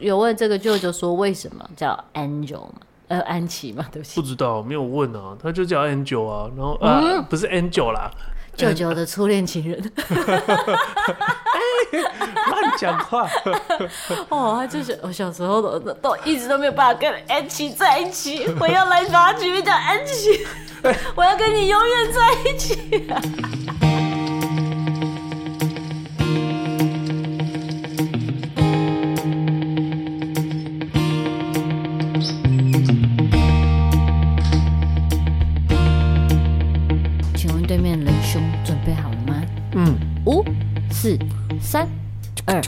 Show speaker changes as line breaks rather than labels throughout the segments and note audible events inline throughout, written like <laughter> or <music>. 有问这个舅舅说为什么叫 Angel 嘛？呃，安琪嘛，对不起，
不知道，没有问啊，他就叫 N 九啊，然
嗯
后啊、不是 N
<laughs>
九啦，
舅舅的初恋情人
乱讲话。
哦，他就是我小时候都都都一直都没有办法跟安琪在一起，我要来把它取名叫安琪，我要跟你永远在一起。啊请问对面仁兄准备好了吗？
嗯，
五、四、三、二。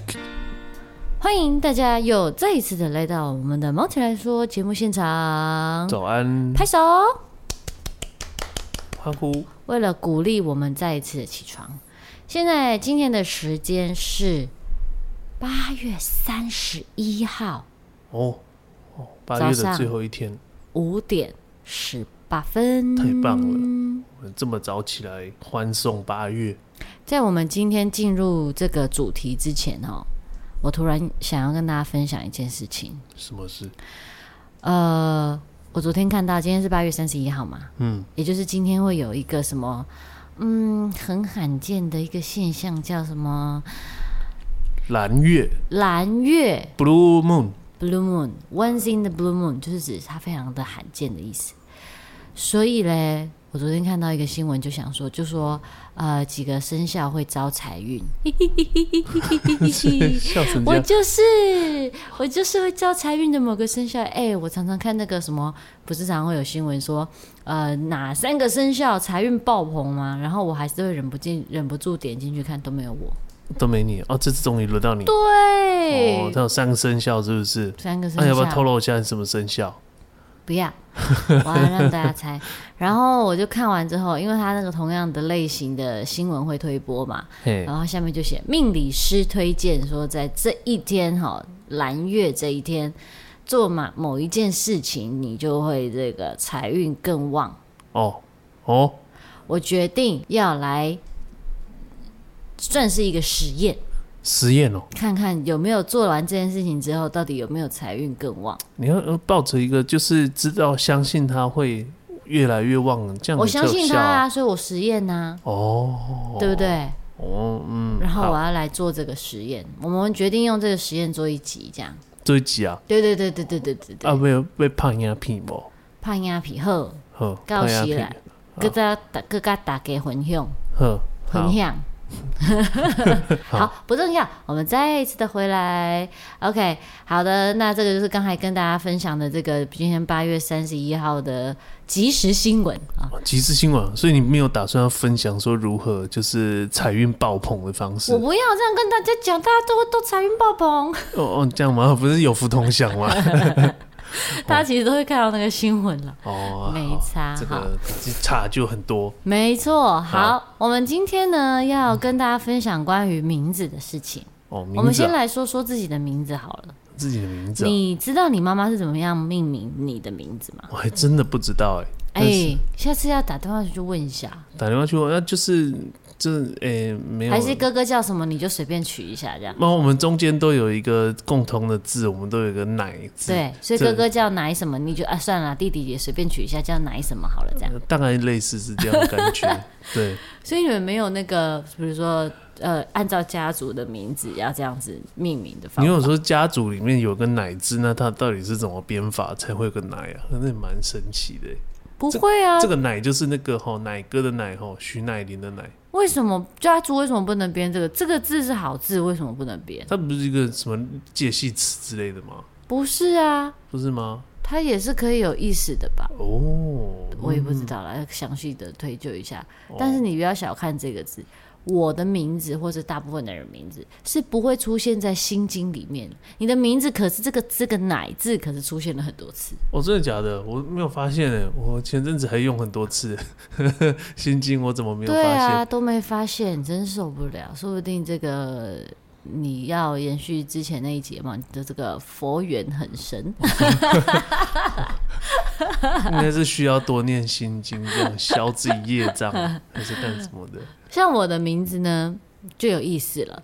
欢迎大家又再一次的来到我们的《毛起来说》节目现场，
早安，
拍手！
欢呼，
为了鼓励我们再一次起床，现在今天的时间是八月三十一号
哦哦，八月
早
的
上
最后一天，
五点十八分。
太棒了！我们这么早起来欢送八月，
在我们今天进入这个主题之前哦，我突然想要跟大家分享一件事情。
什么事？
呃，我昨天看到，今天是八月三十一号嘛，
嗯，
也就是今天会有一个什么，嗯，很罕见的一个现象，叫什么
蓝月
蓝月
（Blue Moon）。
（Blue Moon），Once in the Blue Moon，就是指它非常的罕见的意思。所以嘞，我昨天看到一个新闻，就想说，就说呃，几个生肖会招财运，
<laughs> 笑成这
我
样，
就是我就是会招财运的某个生肖。哎、我常常看那个什么，不是常常会有新闻说，呃，哪三个生肖财运爆棚吗？然后我还是会忍不进忍不住点进去看，都没有我。
都没你哦，这次终于轮到你
对，
哦。它有三个生肖，是不是？
三个生
那、
肖，
哎要不要透露一下你什么生肖？
不要，我要让大家猜。然后我就看完之后，因为他那个同样的类型的新闻会推播嘛，
嘿，
然后下面就写命理师推荐说，在这一天哈、蓝月这一天做嘛某一件事情，你就会这个财运更旺。
哦哦，
我决定要来，算是一个实验，
实验哦，
看看有没有做完这件事情之后，到底有没有财运更旺。
你要要抱着一个就是知道相信它会越来越旺，这样
我
你才
相
有
信
效
他
啊。
啊，所以我实验呐、
哦，
对不？对？
哦，嗯。
然后啊
好
我要来做这个实验，我们决定用这个实验做一集，这样。
这一集啊，
对对对对对对对对，
啊，没有被胖丫屁毛，
胖鸭皮后。
呵，
到
胖丫
时
屁
啦，各家大各家大家分享
呵，
分
好， <laughs>
享。好， <laughs> 不重要，我们再一次的回来。OK，好的，那这个就是刚才跟大家分享的这个今天八月三十一号的即时新闻啊。
即时新闻，所以你没有打算要分享说如何就是财运爆棚的方式
我？不要这样跟大家讲，大家都都财运爆棚，
哦哦，这样吗？不是有福同享吗？
<laughs> 大家其实都会看到那个新闻了。
哦，
没
好
差
这
好
个差就很多。
没错，
好
好，我们今天呢要跟大家分享关于名字的事情。
哦，
我
名
们
字
先
啊，
来说说自己的名字好了。
自己的名字啊，
你知道你妈妈是怎么样命名你的名字吗？
我还真的不知道
哎、
哎。但是
下次要打电话去问一下，
打电话去问，那就是这诶没有，
还是哥哥叫什么你就随便取一下这样。
那我们中间都有一个共同的字，我们都有一个奶字，
对，所以
这
哥哥叫奶什么你就啊算了，弟弟也随便取一下叫奶什么好了这样。
呃，大概类似是这样的感觉。
<laughs>
对，
所以你们没有那个，比如说呃，按照家族的名字要这样子命名的方
你
法。
有说家族里面有个奶字，那它到底是怎么编法才会有个奶啊？那也蛮神奇的欸。
不会啊，
这个奶就是那个吼奶哥的奶吼，徐乃麟的奶，
为什么家族为什么不能编这个？这个字是好字，为什么不能编？
它不是一个什么介系词之类的吗？
不是啊，
不是吗？
它也是可以有意思的吧？
哦，
我也不知道了，要详细的推究一下。
哦
但是你不要小看这个字，我的名字或者大部分的人名字是不会出现在《心经》里面的。你的名字可是这个这个“乃”字，可是出现了很多次。
哦，真的假的？我没有发现哎、我前阵子还用很多次， <laughs> 心经我怎么没有发
对
现？
啊，都没发现，真受不了。说不定这个你要延续之前那一节嘛，你的这个佛缘很深。啊
应该是需要多念心经，这样消自己业障，还是干什么的？
像我的名字呢，就有意思了。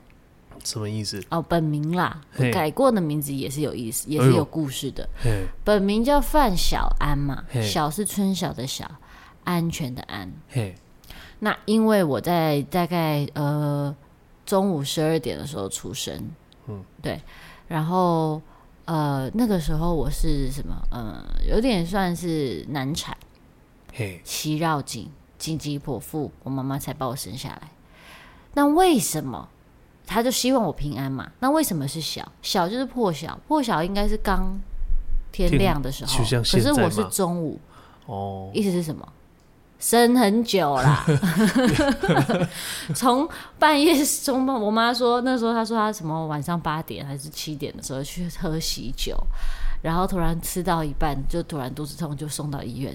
什么意思？
哦，本名啦，
嘿
改过的名字也是有意思，也
哎
是
呦
有故事的。
嘿，
本名叫范小安嘛，
嘿
小是春晓的晓，安全的安。
嘿，
那因为我在大概呃中午十二点的时候出生，
嗯，
对，然后呃那个时候我是什么呃有点算是难产，
嘿，
脐绕颈、紧急剖腹，我妈妈才把我生下来。那为什么？她就希望我平安嘛。那为什么是小？小就是破晓，破晓应该是刚天
天
亮的时候，
就像
可
现
是
在
我是
嘛
中午，
哦，
意思是什么？生很久
<laughs>
啦，从半夜从我妈说那时候她说她什么晚上八点还是七点的时候去喝喜酒，然后突然吃到一半就突然肚子痛就送到医院，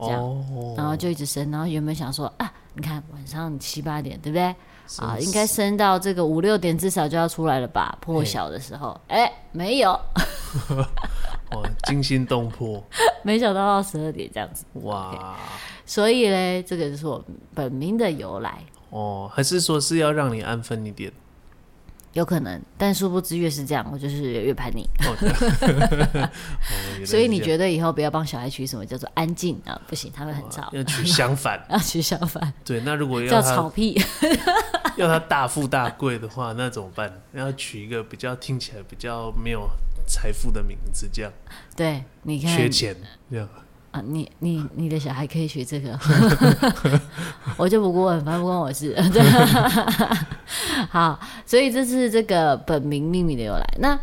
这样
哦，
然后就一直生，然后原本想说啊，你看晚上七八点对不对
生
啊，应该生到这个五六点至少就要出来了吧？破
嘿
晓的时候，
嗯
哎、没有， <laughs>
哇，哦惊心动魄，
没想到到十二点这样子，
哇，
所以嘞，这个就是我本名的由来。
哦，还是说是要让你安分一点？哦
有可能，但殊不知越是这样，我就是越叛逆。
哦，原来是
<laughs> 所以你
这样
觉得以后不要帮小孩取什么叫做安静啊？不行，他会很吵，
要取相反？
要取小反，
对，
<laughs>
那如果
叫
要
吵
他
屁。
要他大富大贵的话，那怎么办？要取一个比较听起来比较没有财富的名字，这样
对，你看
缺钱这样。
啊，你你你的小孩可以学这个， <laughs> 我就不过问，反正不关我事。 <laughs> 对好，所以这是这个本名命名的由来。那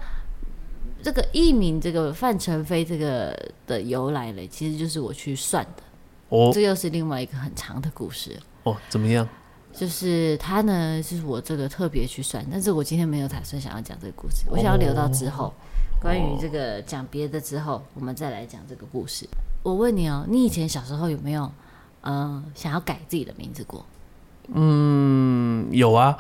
这个艺名这个范成飞这个的由来嘞，其实就是我去算的，
哦
这又是另外一个很长的故事了。
哦，怎么样？
就是他呢，就是我这个特别去算，但是我今天没有打算想要讲这个故事，我想要留到之后，关于这个讲别的之后，我们再来讲这个故事。我问你哦，你以前小时候有没有呃想要改自己的名字过？
嗯，有啊，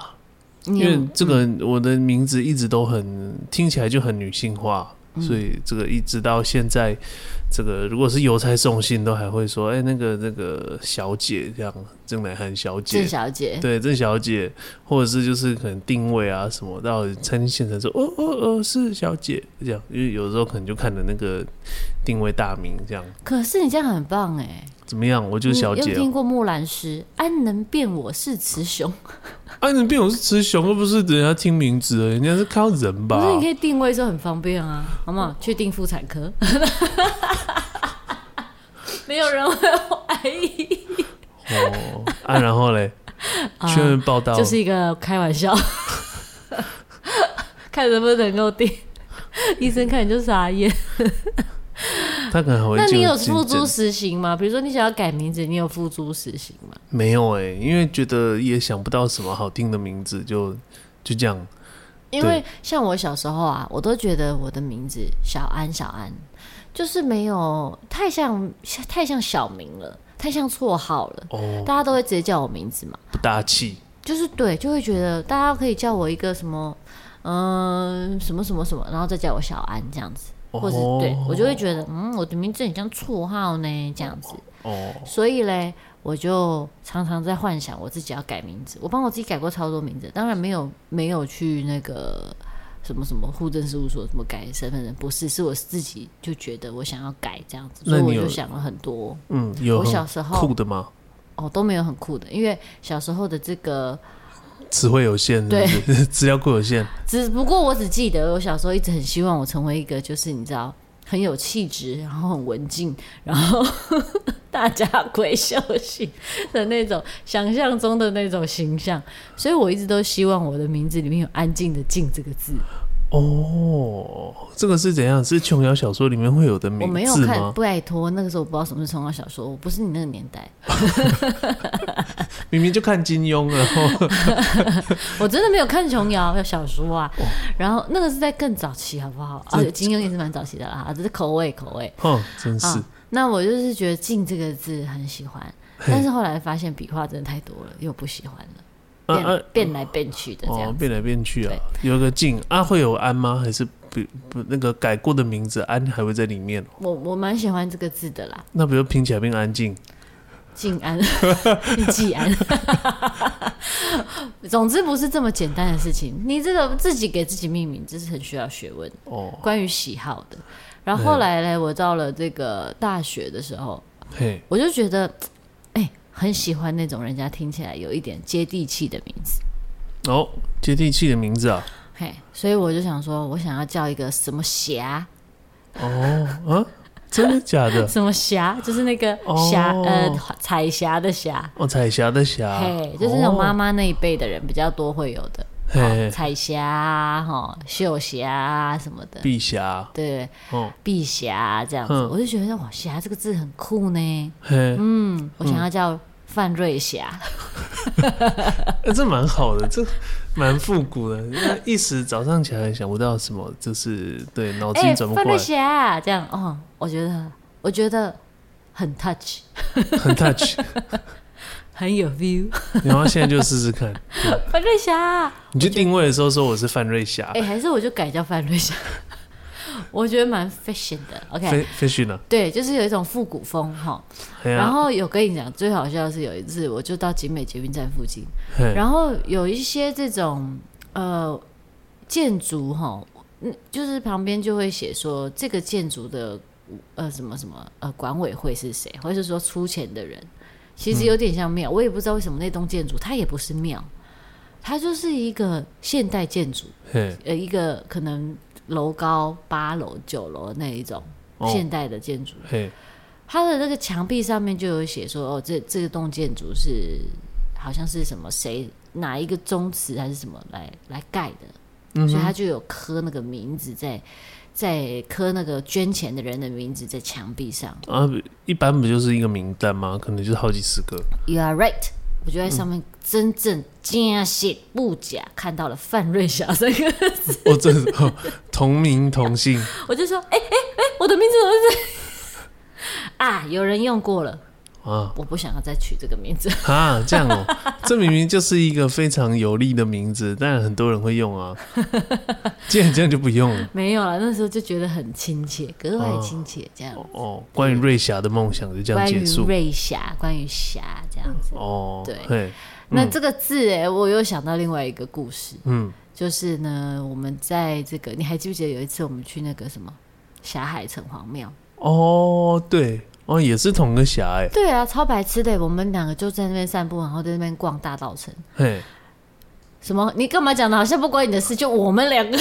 你
因为
有
这个我的名字一直都很听起来就很女性化，所以
嗯
这个一直到现在，这个如果是邮差送信都还会说，哎、那个那个小姐这样，郑乃涵小姐
郑，小姐，
对郑小姐，或者是就是可能定位啊什么，到餐厅现场说哦哦哦是小姐这样，因为有时候可能就看了那个定位大名这样
可是你这样很棒哎，
怎么样，我就
你
是小
有
姐哦
听过木兰诗“安能辨我是雌雄
啊，你变我是雌雄，又不是人家听名字，人家是看到人”？ <laughs> 吧
可？是你可以定位之后很方便啊，好不好？去定妇产科， <laughs> 没有人会怀疑。
哦啊，然后嘞，
<laughs> 啊
确认报道
就是一个开玩笑， <laughs> 看能不能够定。医生看你就傻眼。
他可能还会
那
进
你
入
有
竞
付诸
争
实行吗？比如说你想要改名字，你有付诸实行吗？
没有哎、因为觉得也想不到什么好听的名字，就就这样。
因为像我小时候啊，我都觉得我的名字小安小安，就是没有太像太像小名了，太像绰号了。
哦，
大家都会直接叫我名字嘛，
不大气，
就是对，就会觉得大家可以叫我一个什么，嗯、什么什么什么，然后再叫我小安这样子。或者
哦、
是对我就会觉得，嗯，我的名字很像绰号呢，这样子。
哦，
所以嘞，我就常常在幻想我自己要改名字。我帮我自己改过超多名字，当然没有没有去那个什么什么户政事务所什么改身份证，不是，是我自己就觉得我想要改这样子，所
那
以
你
我
有
就想了很多。
嗯，有
我
很
小时候
酷的吗？
哦都没有很酷的，因为小时候的这个
词汇有限，
对
是不是， <laughs> 资料库有限。
只不过我只记得我小时候一直很希望我成为一个，就是你知道很有气质，然后很文静，然后 <laughs> 大家闺秀型的那种想象中的那种形象，所以我一直都希望我的名字里面有“安静的静”这个字。
哦，这个是怎样？是琼瑶小说里面会有的
我
名
没有
字
看，
吗？
拜托，那个时候我不知道什么是童话小说，我不是你那个年代，
明明就看金庸，啊然后 <laughs>
我真的没有看琼瑶有小说啊。然后那个是在更早期，好不好？啊，金庸也是蛮早期的啦，啊只是口味口味。
哼，哦真是
啊，那我就是觉得“静”这个字很喜欢，但是后来发现笔画真的太多了，又不喜欢了，
啊
变、
啊
变来变去的这样
哦，
子。
变来变去啊，有个静啊，会有安吗？还是不不那个改过的名字安还会在里面？
我
哦
我蛮喜欢这个字的啦，
那不就拼起来变安静？
静
<laughs>
安， <laughs> 静安。 <laughs> 总之不是这么简单的事情，你这个自己给自己命名，这是很需要学问，
哦，
关于喜好的。然后后来呢，我到了这个大学的时候，
嘿，
我就觉得，哎、很喜欢那种人家听起来有一点接地气的名字。
哦，接地气的名字啊，
嘿，所以我就想说，我想要叫一个什么霞，
哦，啊，真的假
<laughs>
的？
什么霞，就是那个
哦
霞，呃，彩霞的霞，
哦，彩霞的霞，
嘿，就是那种妈
妈，
妈那一辈的人比较多会有的，哦、
哦嘿，
彩霞啊哈、秀霞啊什么的，
碧霞，
对，
哦，
碧霞啊这样子，
嗯
我就觉得哇，霞这个字很酷呢，
嘿，
嗯，我想要叫范瑞霞，
欸、这蛮好的，这蛮复古的。那一时早上起来想不到什么，就是对脑
哎、
筋转不
范
过
瑞
来，
霞啊这样，哦，我觉得，我觉得很 touch，
很 touch。
很有 view，
然后现在就试试看，
范瑞霞啊、
你去定位的时候说我是范瑞霞
哎、还是我就改叫范瑞霞， <laughs> 我觉得蛮 fashion 的。OK，
，Fi-，Fish 呢？
对，就是有一种复古风哈。
啊嘿
然
啊，
后有跟你讲，最好笑的是有一次，我就到景美捷运站附近，
嘿
然后有一些这种呃建筑哈，嗯，就是旁边就会写说这个建筑的呃什么什么呃管委会是谁，或者是说出钱的人，其实有点像庙，我也不知道为什么那栋建筑它也不是庙，它就是一个现代建筑。
嘿，
呃一个可能楼高八楼九楼那一种
哦
现代的建筑，
嘿，
它的那个墙壁上面就有写说哦，这这栋建筑是好像是什么谁哪一个宗祠还是什么来来盖的，
嗯
所以它
哼，
就有刻那个名字在。在刻那个捐钱的人的名字在墙壁上
啊，一般不就是一个名单吗？可能就是好几十个。
，You are right。我就在上面真正惊喜不假看到了范瑞霞这个 <laughs>
哦，这哦同名同姓，
我就说，哎哎哎，我的名字怎么是？ <laughs> 啊，有人用过了，
啊
我不想要再取这个名字。
啊，这样哦，这明明就是一个非常有力的名字，但很多人会用
<laughs>
啊。既然这样就不用了。
没有了，那时候就觉得很亲切，格外亲切，这样。
哦，关于瑞霞的梦想就这样
关
结
于
束。
瑞霞，关于霞这样子。
哦，
对
嘿，
那这个字，哎，我又想到另外一个故事，
嗯，
就是呢，我们在这个，你还记不记得有一次我们去那个什么霞海城隍庙？
哦，对，哦，也是同个霞哎、
对啊，超白痴的，我们两个就在那边散步，然后在那边逛大道城。
嘿，
什么？你干嘛讲的？好像不关你的事，就我们两个。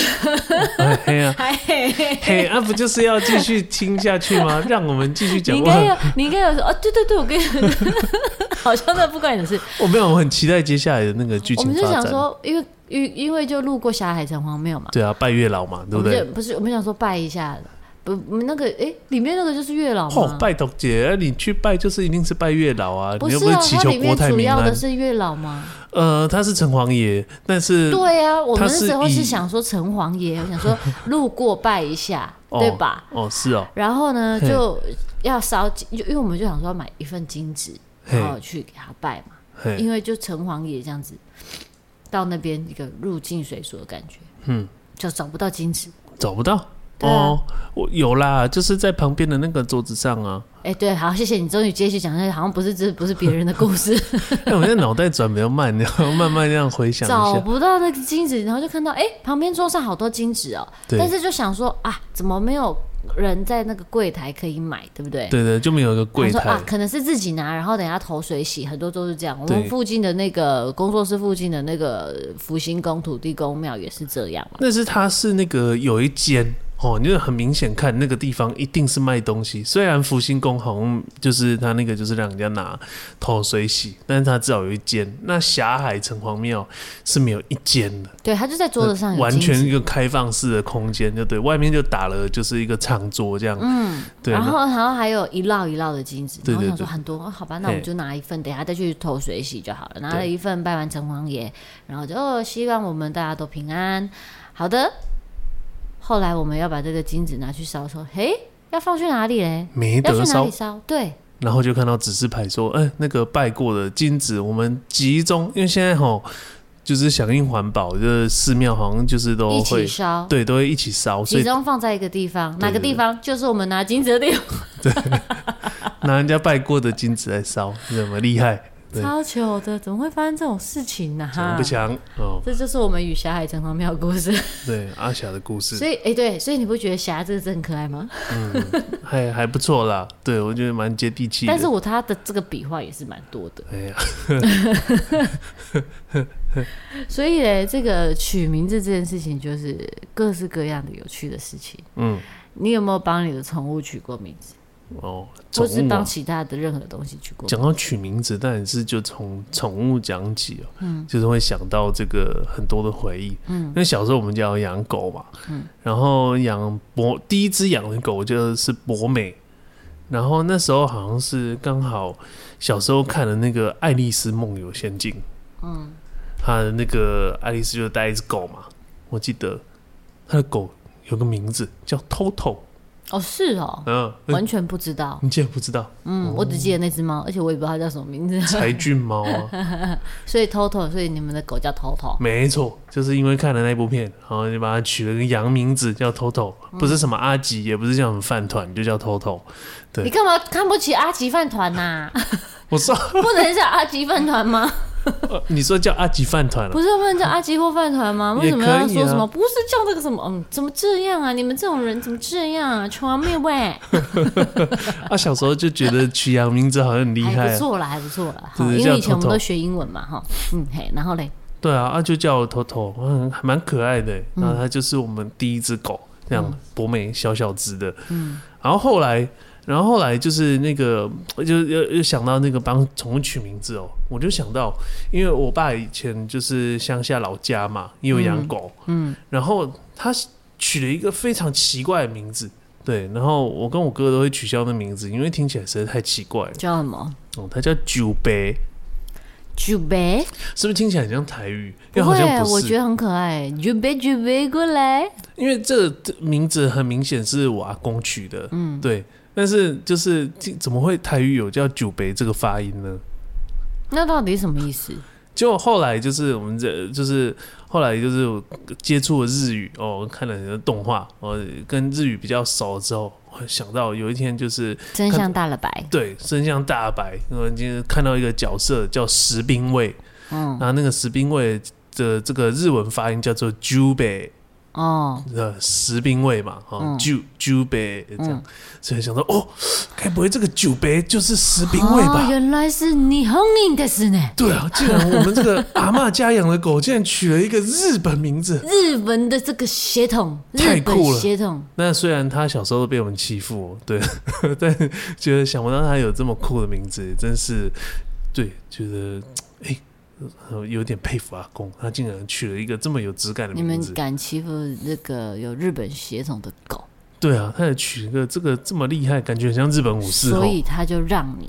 哎
哎嘿啊，
还嘿嘿 <laughs>
嘿啊，不就是要继续听下去吗？ <laughs> 让我们继续
你
讲
应该
话。
有，你应该有说哦，对对对，我跟你 <laughs> 好像那不关你的事。
我没有，我很期待接下来的那个剧
我
情
们就
发
想
展。
说，因为因因为就路过霞海城隍庙嘛，
对啊，拜月老嘛，对
我
不
们
对
就？不是我们想说拜一下，不我们那个诶，里面那个就是月老
哦
嘛，，
拜托姐，啊你去拜就是一定是拜月老啊，
不
你又
是
是
啊，
祈
它
求
里
国
面
泰
主
民
要的
安。
是月老吗？
呃，他是城隍爷，但是
对啊，我们
呃它
那
是
时候是
以
想说城隍爷，
<laughs>
我想说路过拜一下，
哦
对吧？
哦，是哦，
然后呢，
嘿
就要烧金，因为我们就想说要买一份金纸，
嘿
然后去给他拜嘛。
嘿，
因为就城隍爷这样子，到那边一个入境水所的感觉，
嗯，
就找不到金纸。
找不到。
对啊
哦，我有啦，就是在旁边的那个桌子上啊。
哎、对，好，谢谢你终于接续讲下去，好像不是这不是别人的故
<laughs>
事，
哎、我现在脑袋转比较慢，然后慢慢这样回想一
找
下。
不到那个金纸，然后就看到哎、旁边桌上好多金纸哦，
对
但是就想说啊，怎么没有人在那个柜台可以买，对不对？
对对，就没有一个柜
他说
台
啊，，可能是自己拿，然后等一下投水洗，很多都是这样。我
对
们附近的那个工作室附近的那个福星宫土地公庙也是这样嘛。
但是它是那个有一间哦，你就很明显看那个地方一定是卖东西。虽然福星宫好像就是它那个就是让人家拿头水洗，但是它至少有一间。那霞海城隍庙是没有一间的，
对，他就在桌子上有
完
金纸
全一个开放式的空间，就对外面就打了就是一个长桌这样。嗯，对。
然
那
后，然后还有一摞一摞的金子，
对
然后
对
想说
对
很多，哦好吧，那我
嘿
就拿一份，等一下再去投水洗就好了。拿
对
了一份拜完城隍爷，然后就哦，希望我们大家都平安。好的，后来我们要把这个金子拿去烧，说，嘿，要放去哪里嘞？
没
要去
得
哪
烧
里，烧？对，
然后就看到指示牌说：“哎、那个拜过的金子，我们集中，因为现在吼就是响应环保，就是寺庙好像就是都
一
哦会
起烧，
对，都会一起烧，所
集
以
中放在一个地方，哪
对
个
对
地
对
方？就是我们拿金子的地方。
拿人家拜过的金子来烧，怎么
<laughs>
厉害？对
超糗的，怎么会发生这种事情呢、
强不强？
啊
哦，
这就是我们与霞海城隍庙的故事。
对，阿霞的故事
所以，哎、对，所以你不觉得霞这个字很可爱吗？
还还不错啦，对我觉得蛮接地气的。
但是我他的这个笔画也是蛮多的，
哎呀，
所以嘞，这个取名字这件事情就是各式各样的有趣的事情。
嗯，
你有没有帮你的宠物取过名字，
哦，宠
或是
物、
帮
啊。
其他的任何东西取过名字？
讲到取名字，当然是就从宠物讲起哦、
嗯
就是会想到这个很多的回忆。嗯，因为小时候我们家有养狗嘛，嗯，然后养博第一只养的狗就是博美，然后那时候好像是刚好小时候看的那个《爱丽丝梦游仙境》，
嗯，
她的那个爱丽丝就带一只狗嘛，我记得她的狗有个名字叫 Toto，
哦，是哦，
嗯，
完全不知道。
你竟然不
<laughs>
知道
嗯，我只记得那只猫，而且我也不知道它叫什么名字。
柴郡猫啊？
所以 Toto，所以你们的狗叫 Toto。
没错，就是因为看了那部片，然后就把它取了个洋名字叫 Toto，不
嗯
是什么阿吉，也不是叫什么饭团，就叫 Toto。对
你干嘛看不起阿吉饭团呐？ <laughs>
我说， <laughs>
不能叫阿吉饭团吗？
呃你说叫阿吉饭团了、
不是不能叫阿吉或饭团吗？为
<laughs> 也
什么
可
要
以
说什
啊
么？不是叫那个什么？嗯，怎么这样啊？你们这种人怎么这样啊？崇洋媚外，
啊，小时候就觉得取洋名字好像很厉
还
害、
哎不
啊，
错啦，还不错啦。哈，
对对
因
叫
为以前我们
Toto
都学英文嘛，哈，嗯嘿，然后嘞，
对啊，啊就叫我 Toto，嗯，还蛮可爱的、
嗯
然后它就是我们第一只狗，这样博美小小只的，
嗯，
然后后来，然后后来就是那个，我就又又想到那个帮宠物取名字哦，我就想到，因为我爸以前就是乡下老家嘛，也有养狗，
嗯，
然后他取了一个非常奇怪的名字，对，然后我跟我哥都会取消那名字，因为听起来实在太奇怪了。
叫什么？
哦，他叫酒杯，
举杯？
是不是听起来很像台语？
不
又
会
好像，不
我
是，
觉得很可爱。举杯，举杯过来。
因为这个名字很明显是我阿公取的，嗯，对。但是就是这怎么会台语有叫酒杯这个发音呢？
那到底什么意思？
结果后来就是我们这就是后来就是我接触了日语哦，看了很多动画，我、哦、跟日语比较熟之后，我想到有一天就是
真相大了白。
对伸向大白，我今天看到一个角色叫石兵卫，
嗯
然后那个石兵卫的这个日文发音叫做 Jube，
哦，
呃，石兵卫嘛，哦
嗯
Ju Jube 这样
嗯，
所以想到哦，该不会这个酒杯就是石兵卫吧
哦？原来是你红影的是呢，
对啊，竟然我们这个阿嬷家养的狗，竟然取了一个日本名字。 <laughs>
日文的这个血统，
太
日本
酷了
血统。
那虽然它小时候被我们欺负，对， <laughs> 但觉得想不到它有这么酷的名字，真是对，觉得哎、呃有点佩服阿公，他竟然取了一个这么有质感的
你
名
们
字。
敢欺负那个有日本血统的狗，
对啊，他也取了一个这个这么厉害，感觉很像日本武士哦
所。以他就让你，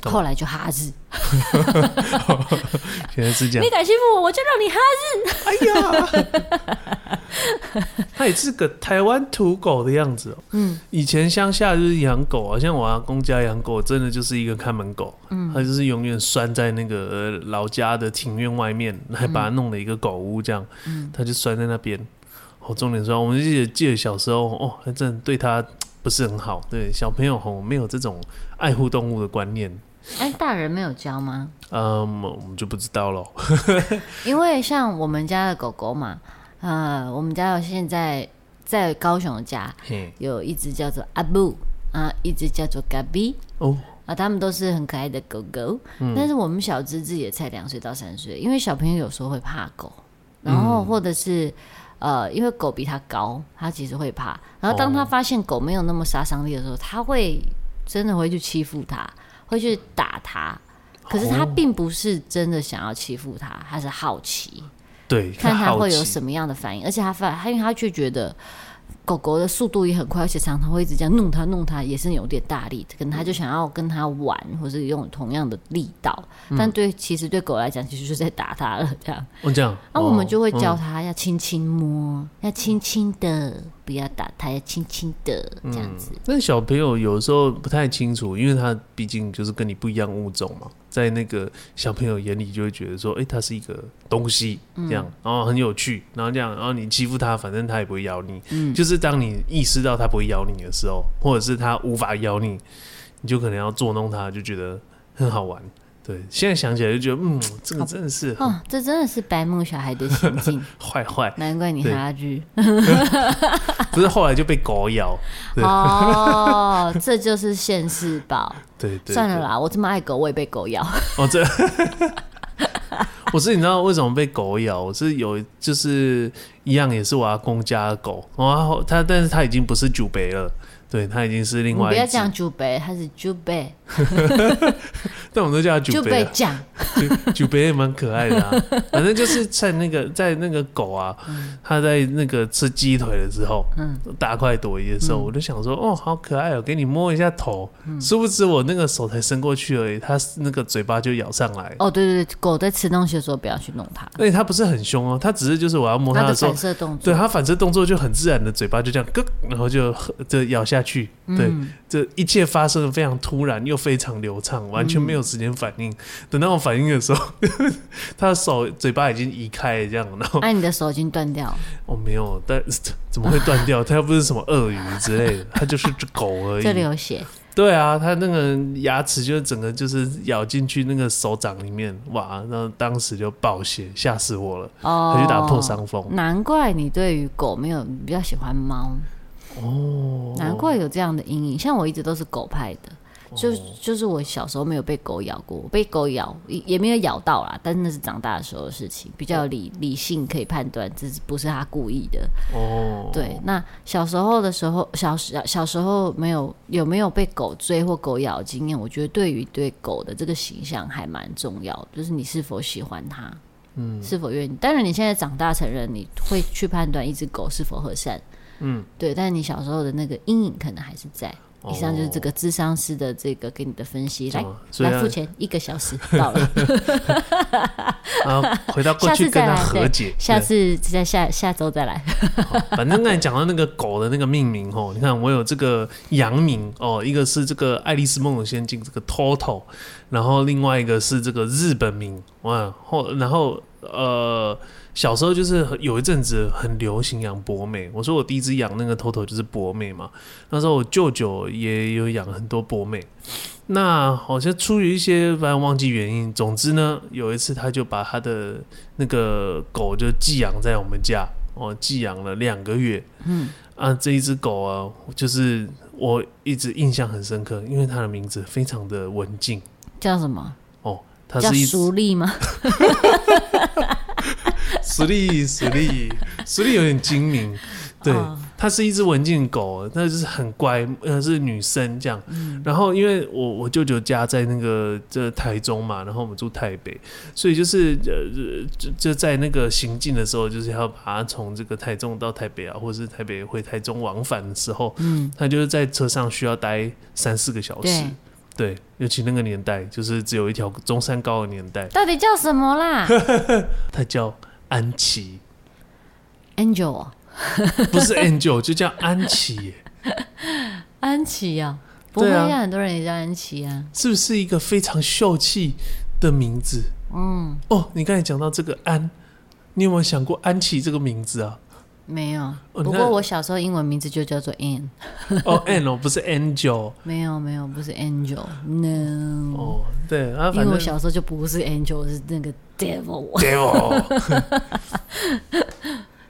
干嘛
后来就哈日。
现在是这样
你，敢欺负我，我就让你哈日。
哎呀，
<laughs>
它也是个台湾土狗的样子哦。
嗯，
以前乡下就是养狗啊，像我阿公家养狗，真的就是一个看门狗，嗯，它就是永远拴在那个呃老家的庭院外面，还
嗯
把它弄了一个狗屋这样，嗯，它就拴在那边。哦，重点是啊，我们记得记得小时候哦，还真的对它不是很好，对小朋友吼没有这种爱护动物的观念，
哎，大人没有教吗？
嗯，我们就不知道咯。
因为像我们家的狗狗嘛，呃，我们家有现在在高雄的家
嘿，
有一只叫做阿布啊，一只叫做嘎比。
哦，
啊，它们都是很可爱的狗狗，但是我们小芝芝也才两岁到三岁，因为小朋友有时候会怕狗，然后或者是、呃，因为狗比它高，它其实会怕。然后当它发现狗没有那么杀伤力的时候，它会真的会去欺负它，会去打它。可是它
哦
并不是真的想要欺负它，它是好奇，
对，
看它
好
会有
奇
什么样的反应，而且它反，它因为它却觉得狗狗的速度也很快，而且常常会一直这样弄它弄它，也是有点大力，可能它就想要跟它玩，或是用同样的力道，
嗯
但对其实对狗来讲，其实就是在打它了这样。啊
哦这样，
那、我们就会
哦嗯
教它要轻轻摸，要轻轻的，不要打它，要轻轻的这样子。
那小朋友有时候不太清楚，因为他毕竟就是跟你不一样物种嘛，在那个小朋友眼里就会觉得说，哎、它是一个东西
嗯
这样，然后很有趣，然后这样，然后你欺负它，反正它也不
嗯
会咬你。就是当你意识到它不会咬你的时候，或者是它无法咬你，你就可能要捉弄他，就觉得很好玩。对，现在想起来就觉得，嗯，这个真的是很
哦，这真的是白目小孩的心
<laughs>
境，
坏坏，
难怪你和阿居。
不是后来就被狗咬。对
哦，这就是现世报。
<laughs> 对对，
算了
对
啦，我这么爱狗，我也被狗咬。
<laughs> 哦，这我是你知道为什么被狗咬？我是有就是一样也是我阿公家的狗，然后它但是它已经不是酒杯了，对，它已经是
你
另外
不要
一只，
讲猪背，它是猪背，
但我们都叫它酒
猪
杯
背
啊，
酱。
酒酒杯也蛮可爱的、啊。反正就是在那个在那个狗啊，它在那个吃鸡腿的时候，
嗯，
大快朵颐的时候，我就想说，哦，好可爱哦，给你摸一下头。
嗯
殊不知我那个手才伸过去而已，它那个嘴巴就咬上来。
哦，对对对，狗在吃东西的时候不要去弄它，
而且它不是很凶哦，它只是就是我要摸
它
它
的
的时候
反，射动作。
对啊它反射动作就很自然的，嘴巴就这样咯，然后就呵就咬下去。
嗯
对，这一切发生的非常突然，又非常流畅，完全没有时间反应。等到我反应的时候， <laughs> 它的手嘴巴已经移开了，这样，然后
啊那、你的手已经断掉了，
我、哦没有，但怎么会断掉？它又不是什么鳄鱼之类的，它就是只狗而
这里
已。
有血。
对啊，它那个牙齿就整个就是咬进去那个手掌里面，哇！那当时就爆血，吓死我了，
哦，
它就打破伤风。
难怪你对于狗没有你比较喜欢猫哦，难怪有这样的阴影。像我一直都是狗派的，
哦
就、就是我小时候没有被狗咬过，我被狗咬也也没有咬到啦，但是那是长大的时候的事情，比较理理性可以判断这是不是他故意的。
哦，
对，那小时候的时候，小时小时候没有有没有被狗追或狗咬的经验，我觉得对于对狗的这个形象还蛮重要的，就是你是否喜欢它，嗯，是否愿意。当然，你现在长大成人，你会去判断一只狗是否和善，嗯，对。但你小时候的那个阴影可能还是在。
哦
以上就是这个智商师的这个给你的分析，来
怎么所以
来
要
付钱，一个小时到
<laughs>
了，
然后回到
<laughs>
过
下次
去跟
再
他
来
和
对
解。
下
对
次再下下周再来。
<laughs> 反正刚才讲到那个狗的那个命名哦，你看我有这个洋名哦，一个是这个《爱丽丝梦游仙境》这个 Toto，然后另外一个是这个日本名哇，后然后呃小时候就是有一阵子很流行养博美，我说我第一只养那个 Toto 就是博美嘛，那时候我舅舅也有养很多博美。那好像出于一些反正忘记原因，总之呢，有一次他就把他的那个狗就寄养在我们家，哦，寄养了两个月。
嗯，
啊，这一只狗啊，就是我一直印象很深刻，因为它的名字非常的文静
叫什么？
哦，它
叫
是一只 <laughs>
熟力吗？
实力实力实力有点精明，对
<laughs> 哦，
它是一只文静狗，那就是很乖，呃，是女生这样。然后因为我我舅舅家在那个这台中嘛，然后我们住台北，所以就是呃就就在那个行进的时候，就是要把它从这个台中到台北啊，或者是台北回台中往返的时候，
嗯，
它就是在车上需要待三四个小时
对。
对，尤其那个年代，就是只有一条中山高的年代，
到底叫什么啦
它叫安琪。
？Angel，哦
不是 Angel，就叫安琪耶，
安琪啊，不会
对啊
让很多人也叫安琪啊。
是不是一个非常秀气的名字？
嗯，
哦，你刚才讲到这个安，你有没有想过安琪这个名字啊？
没有。
哦
不
你看
过我小时候英文名字就叫做 Ann， <laughs>
哦，An 哦，不是 Angel
没有没有，不是 Angel，No，、
哦，对，啊，
因为
反
我
正
小时候就不是 Angel，是那个 Devil。
Devil，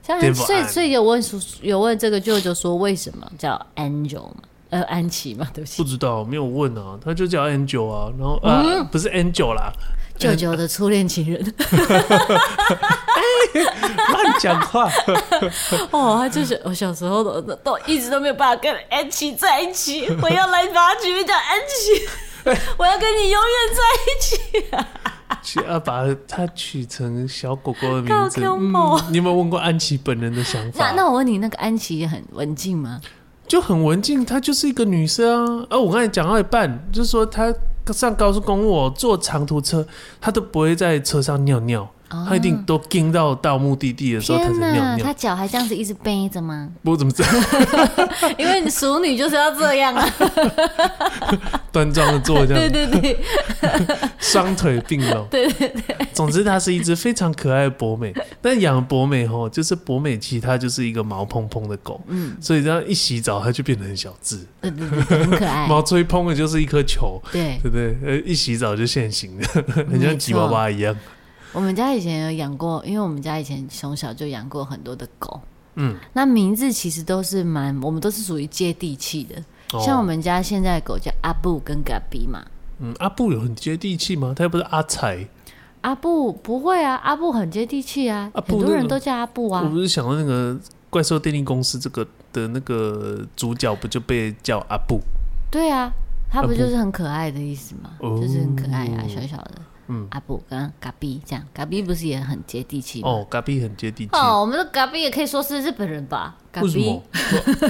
像
Devil
所以
Ann
所以有问叔有问这个舅舅说为什么叫 Angel 嘛？呃，安琪嘛，对不起，
不知道，没有问啊，他就叫 Angel 啊，然后啊，
嗯
不是 Angel 啦，
舅舅的初恋情人
乱讲话，
<laughs>
<laughs>
哦，他就是我小时候都都都一直都没有办法跟安琪在一起，我要来把他取名叫安
哎
琪， <laughs> 我要跟你永远在一起。
去要把它取成小狗狗的名
好
字。嗯
恐怖
你有没有问过安琪本人的想
那
法？
那我问你，那个安琪也很文静吗？
就很文静，她就是一个女生啊。啊，我刚才讲到一半，就是说她上高速公路、哦、坐长途车，她都不会在车上尿尿，
哦
他一定都盯到到目的地的时候，他才
天
尿
哪，
尿
他。脚还这样子一直背着
<laughs>
吗？
不过怎么这样
因为你熟女就是要这样
<laughs>
啊，
端庄的坐
<laughs>
这
对
样，
对对，
双腿并
<laughs>
拢。对对对。总之，它是一只非常可爱的博美。但养博美吼，就是博美其实它就是一个毛蓬蓬的狗，
嗯，
所以这样一洗澡它就变得很小只，
对对对，很可
<laughs>
爱，
毛吹蓬的就是一颗球，
对。
对不对？呃，一洗澡就现形的，很像吉娃娃一样。
我们家以前有养过，因为我们家以前从小就养过很多的狗，
嗯，
那名字其实都是蛮，我们都是属于接地气的。
哦
像我们家现在的狗叫阿布跟嘎比嘛，
嗯，阿布有很接地气吗？他又不是阿才，
阿布不会啊，阿布很接地气啊，
阿
很
布
多
那个
人都叫阿布
我
啊
不。是想到那个怪兽电力公司这个的那个主角不就被叫阿布？
对啊，它
阿
不
布
就是很可爱的意思吗？
哦
就是很可爱啊，小小的。
嗯
阿布跟嘎比这样，嘎比不是也很接地气吗？
哦，嘎比很接地气。
哦，我们的嘎比也可以说是日本人吧？嘎
为什
比
么，？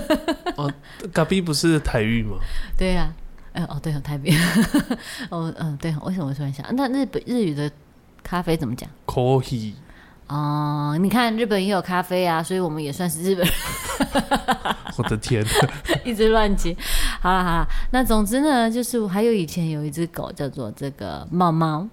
<laughs> 哦，嘎比不是台语吗？
<laughs> 对呀、啊，哎、哦对哦，台北， <laughs> 哦嗯对，为什么我突然想？那日本日语的咖啡怎么讲？
可以，
哦、你看日本也有咖啡啊，所以我们也算是日本人，
我的天，
一直乱接。 <laughs> 好了好了，那总之呢，就是我还有以前有一只狗叫做这个猫猫，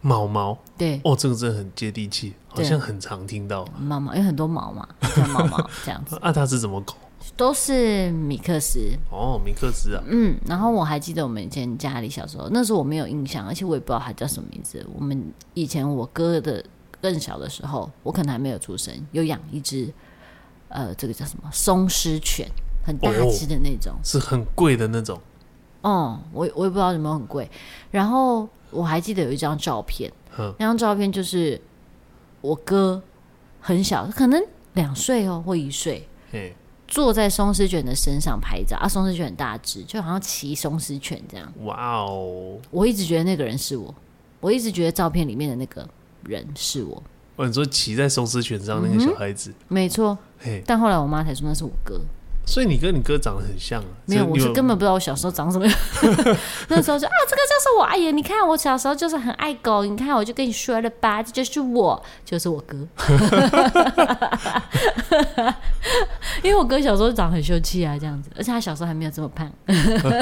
毛毛
对，
哦，这个真的很接地气，好
对
像很常听到。
猫猫有很多毛嘛，叫猫猫这样子，
啊，它是怎么狗？
都是米克斯。
哦，米克斯啊，
嗯，然后我还记得我们以前家里小时候，那时候我没有印象，而且我也不知道它叫什么名字。我们以前我哥的更小的时候，我可能还没有出生，有养一只，呃，这个叫什么松狮犬，很大
哦
只的那种。
是很贵的那种。
哦、我我也不知道有没有很贵。然后我还记得有一张照片，
嗯
那张照片就是我哥很小，可能两岁哦或一岁，
嘿，
坐在松狮犬的身上拍照啊，松狮犬很大只，就好像骑松狮犬这样。
哇哦！
我一直觉得那个人是我，我一直觉得照片里面的那个人是我，
哦，你说骑在松狮犬上那
嗯
个小孩子，
没错。
嘿，
但后来我妈才说那是我哥，
所以你跟你哥长得很像啊。
没有，
这
我是
你
根本不知道我小时候长什么样。 <laughs> 那时候就啊，这个就是我，哎呀，你看我小时候就是很爱狗，你看我就跟你说了吧，这就是我，就是我哥。因为我哥小时候长很秀气啊，这样子，而且他小时候还没有这么胖，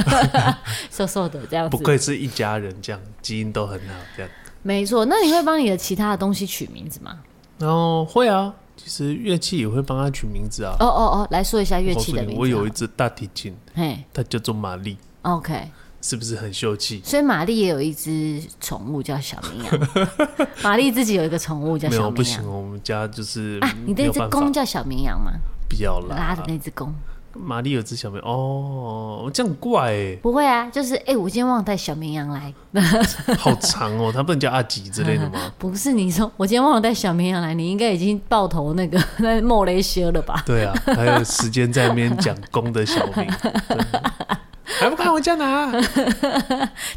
<laughs> 瘦瘦的这样
不
子。
愧是一家人，这样基因都很好，这样。
没错，那你会帮你的其他的东西取名字吗？
然后会啊，其实乐器也会帮他取名字啊。
哦哦哦，来说一下乐
我告
器
诉
的
你，
名字。
我有一只大提琴，
嘿
它叫做玛丽，
，OK，
是不是很秀气？
所以玛丽也有一只宠物叫小绵
<laughs>
羊，玛丽自己有一个宠物叫
没
小
有不
绵
行
羊
哦，我们家就是
啊，你
没
那
有
只
办
公
法，
叫小绵羊吗？
不要
拉
啦
的。那只公
玛丽有只小妹哦，这样怪哎，
不会啊，就是哎、诶我今天忘带小绵羊来，
好长
<laughs>
哦，它不能叫阿吉之类的吗？
不是你说 <laughs> 我今天忘了带小绵羊来，你应该已经爆头那个 <laughs> 那莫雷修了吧？
对啊，还有时间在那边讲公的小名，对还不快回家拿？啊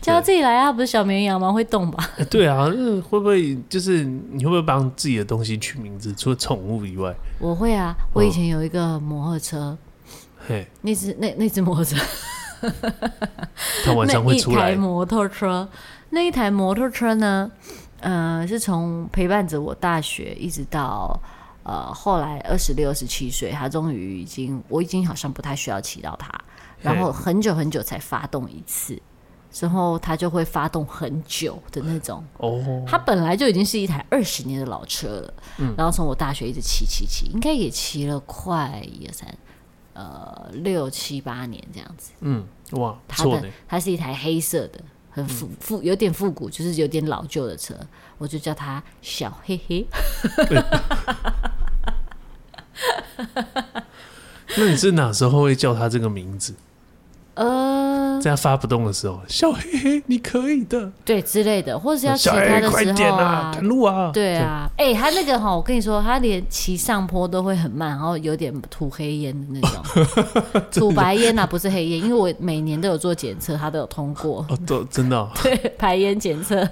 叫他自己来啊，不是小绵羊吗？会动吧？
哎 <laughs> 对啊，那会不会就是你会不会帮自己的东西取名字？除了宠物以外，
我会啊，我以前有一个摩托车，
嘿，
那只那那只摩托车。
它晚上
那
会
一
出
台
来。
摩托车，那一台摩托车呢，呃，是从陪伴着我大学一直到呃后来二十六、二十七岁，他终于已经，我已经好像不太需要骑到它，然后很久很久才发动一次。之后它就会发动很久的那种，
哦，
它本来就已经是一台二十年的老车了，
嗯
然后从我大学一直骑骑骑，应该也骑了快一二三，呃六七八年这样子。
嗯，哇，不
它
错嗯
的
呢，
它是一台黑色的，很复复有点复古，就是有点老旧的车，我就叫它小黑黑。
那你是哪时候会叫它这个名字？
呃，
在它发不动的时候，小黑黑，你可以的。
对之类的，或者是要骑
小
它
黑，
的
快
时
点
候
啊，赶路啊！
对啊，哎、它那个哈，我跟你说，它连骑上坡都会很慢，然后有点吐黑烟的那种，
<laughs>
吐白烟啊，不是黑烟，因为我每年都有做检测，它都有通过
这样，哦，都真的哦、
<laughs> 对排烟检测，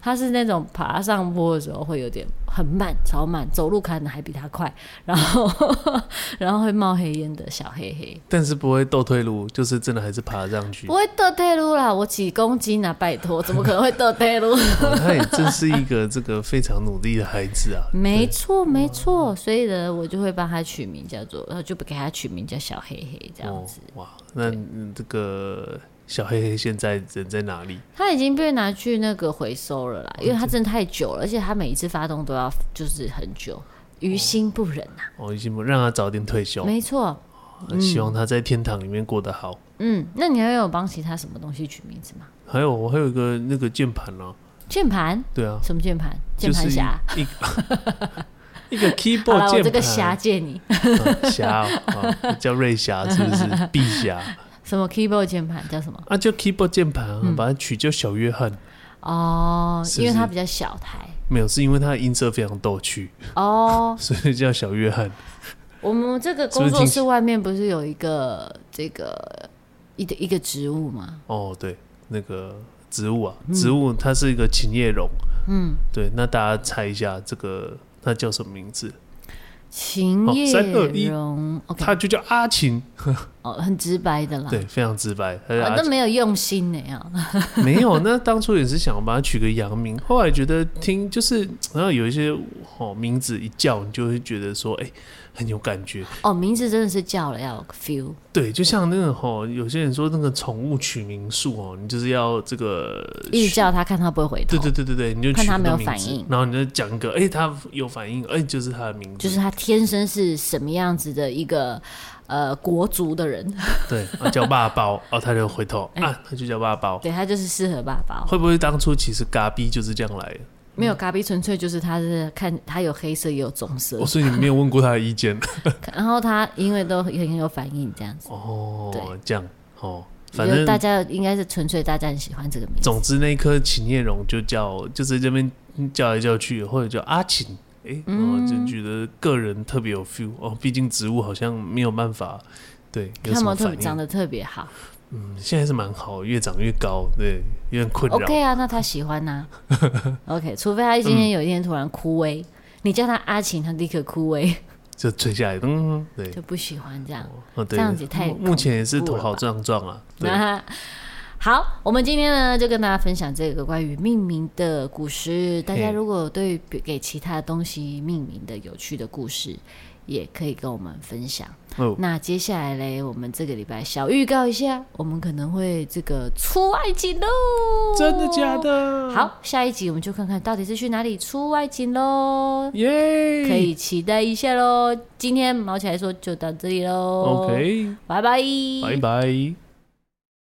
它是那种爬上坡的时候会有点很慢，超慢，走路可能还比他快，然后 <laughs> 然后会冒黑烟的小黑黑，
但是不会斗退路，就是真的还是爬上去。
不会得退路啦，我几公斤啊，拜托，怎么可能会得退路？
哦他也真是一个这个非常努力的孩子啊。
没错，没错，所以呢，我就会帮他取名叫做，呃，就不给他取名叫小黑黑这样
哦
子。，
哇，那嗯这个小黑黑现在人在哪里？
他已经被拿去那个回收了啦，因为他真的太久了，而且他每一次发动都要就是很久，于心不忍呐、
哦，已经不让他早点退休，呃
没嗯错，
希望他在天堂里面过得好。
嗯，那你还有帮其他什么东西取名字吗？
还有我还有一个那个键盘啊，
键盘？
对啊，
什么键盘？键
就是
盘
一
侠？
一一
好
个 <laughs>
了，
keyboard 键
我
盘，
这个侠借你。 <laughs>
嗯侠哦啊叫瑞侠是不
<laughs>
是？碧侠
什么 keyboard 键盘叫什么？
啊，叫 keyboard 键盘啊，
嗯
把它取叫小约翰。
哦，
是
因为
是
它比较小台。
没有，是因为他的音色非常逗趣，
哦，
所以叫小约翰。
我们这个
是不
工
是
作
听
室外面不是有一个这个一个一个植物吗？
哦，对，那个植物啊，
嗯
植物它是一个琴叶榕。嗯，对，那大家猜一下这个它叫什么名字？
琴
好
叶
哦三二一
榕，OK，
它就叫阿琴。
哦，很直白的啦。
对，非常直白。它叫
啊
阿，
那
琴
没有用心呢啊！
没有，那 <laughs> 当初也是想把它取个洋名，后来觉得听就是，然后有一些哦名字一叫，你就会觉得说，哎、很有感觉。
哦，名字真的是叫了要有 feel，
对，就像那个吼，有些人说那个宠物取名术哦，你就是要这个
一直叫他看他会不会回头，
对对对对对，你就
看
取
他
个
没有
名
反
字
应
然后你就讲一个，哎、他有反应，哎、就是他的名字，
就是他天生是什么样子的一个呃国足的
<laughs>
人，
对，啊、叫爸包，哦，他就回
哎
头、啊，他就叫爸包，
对他就是适合爸爸。
会不会当初其实嘎逼就是这样来的？
没有咖啡，纯粹就是他是看他有黑色也有棕色
哦，，所以你没有问过他的意见
然后他因为都很很有反应这样子，
<laughs> 哦
对，
这样哦，
就
反正
大家应该是纯粹大家很喜欢这个名字。
总之那一颗琴叶榕就叫，就是这边叫来叫去，或者叫阿琴。哎、然后
嗯
就觉得个人特别有 feel 哦，毕竟植物好像没有办法，对，有
他
什么
们特
反
别
应？
长得特别好
嗯现在是蛮好，越长越高，对，有点困扰。
，OK 啊，那他喜欢呐、OK，除非他今天有一天突然枯萎，你叫他阿琴，他立刻枯萎，
就垂下来，嗯，对，
就不喜欢这样。
哦，对，
这样子太
目目前也是
恐怖
头
了
好
吧
壮壮啊，
<laughs>
对，
那好，我们今天呢就跟大家分享这个关于命名的故事。大家
嘿
如果对于给其他东西命名的有趣的故事，也可以跟我们分享。
哦，
那接下来嘞，我们这个礼拜小预告一下，我们可能会这个出外景喽。
真的假？的？，
好，下一集我们就看看到底是去哪里出外景喽，
耶，
可以期待一下喽。今天毛起来说就到这里喽
，OK，
拜拜，
拜拜。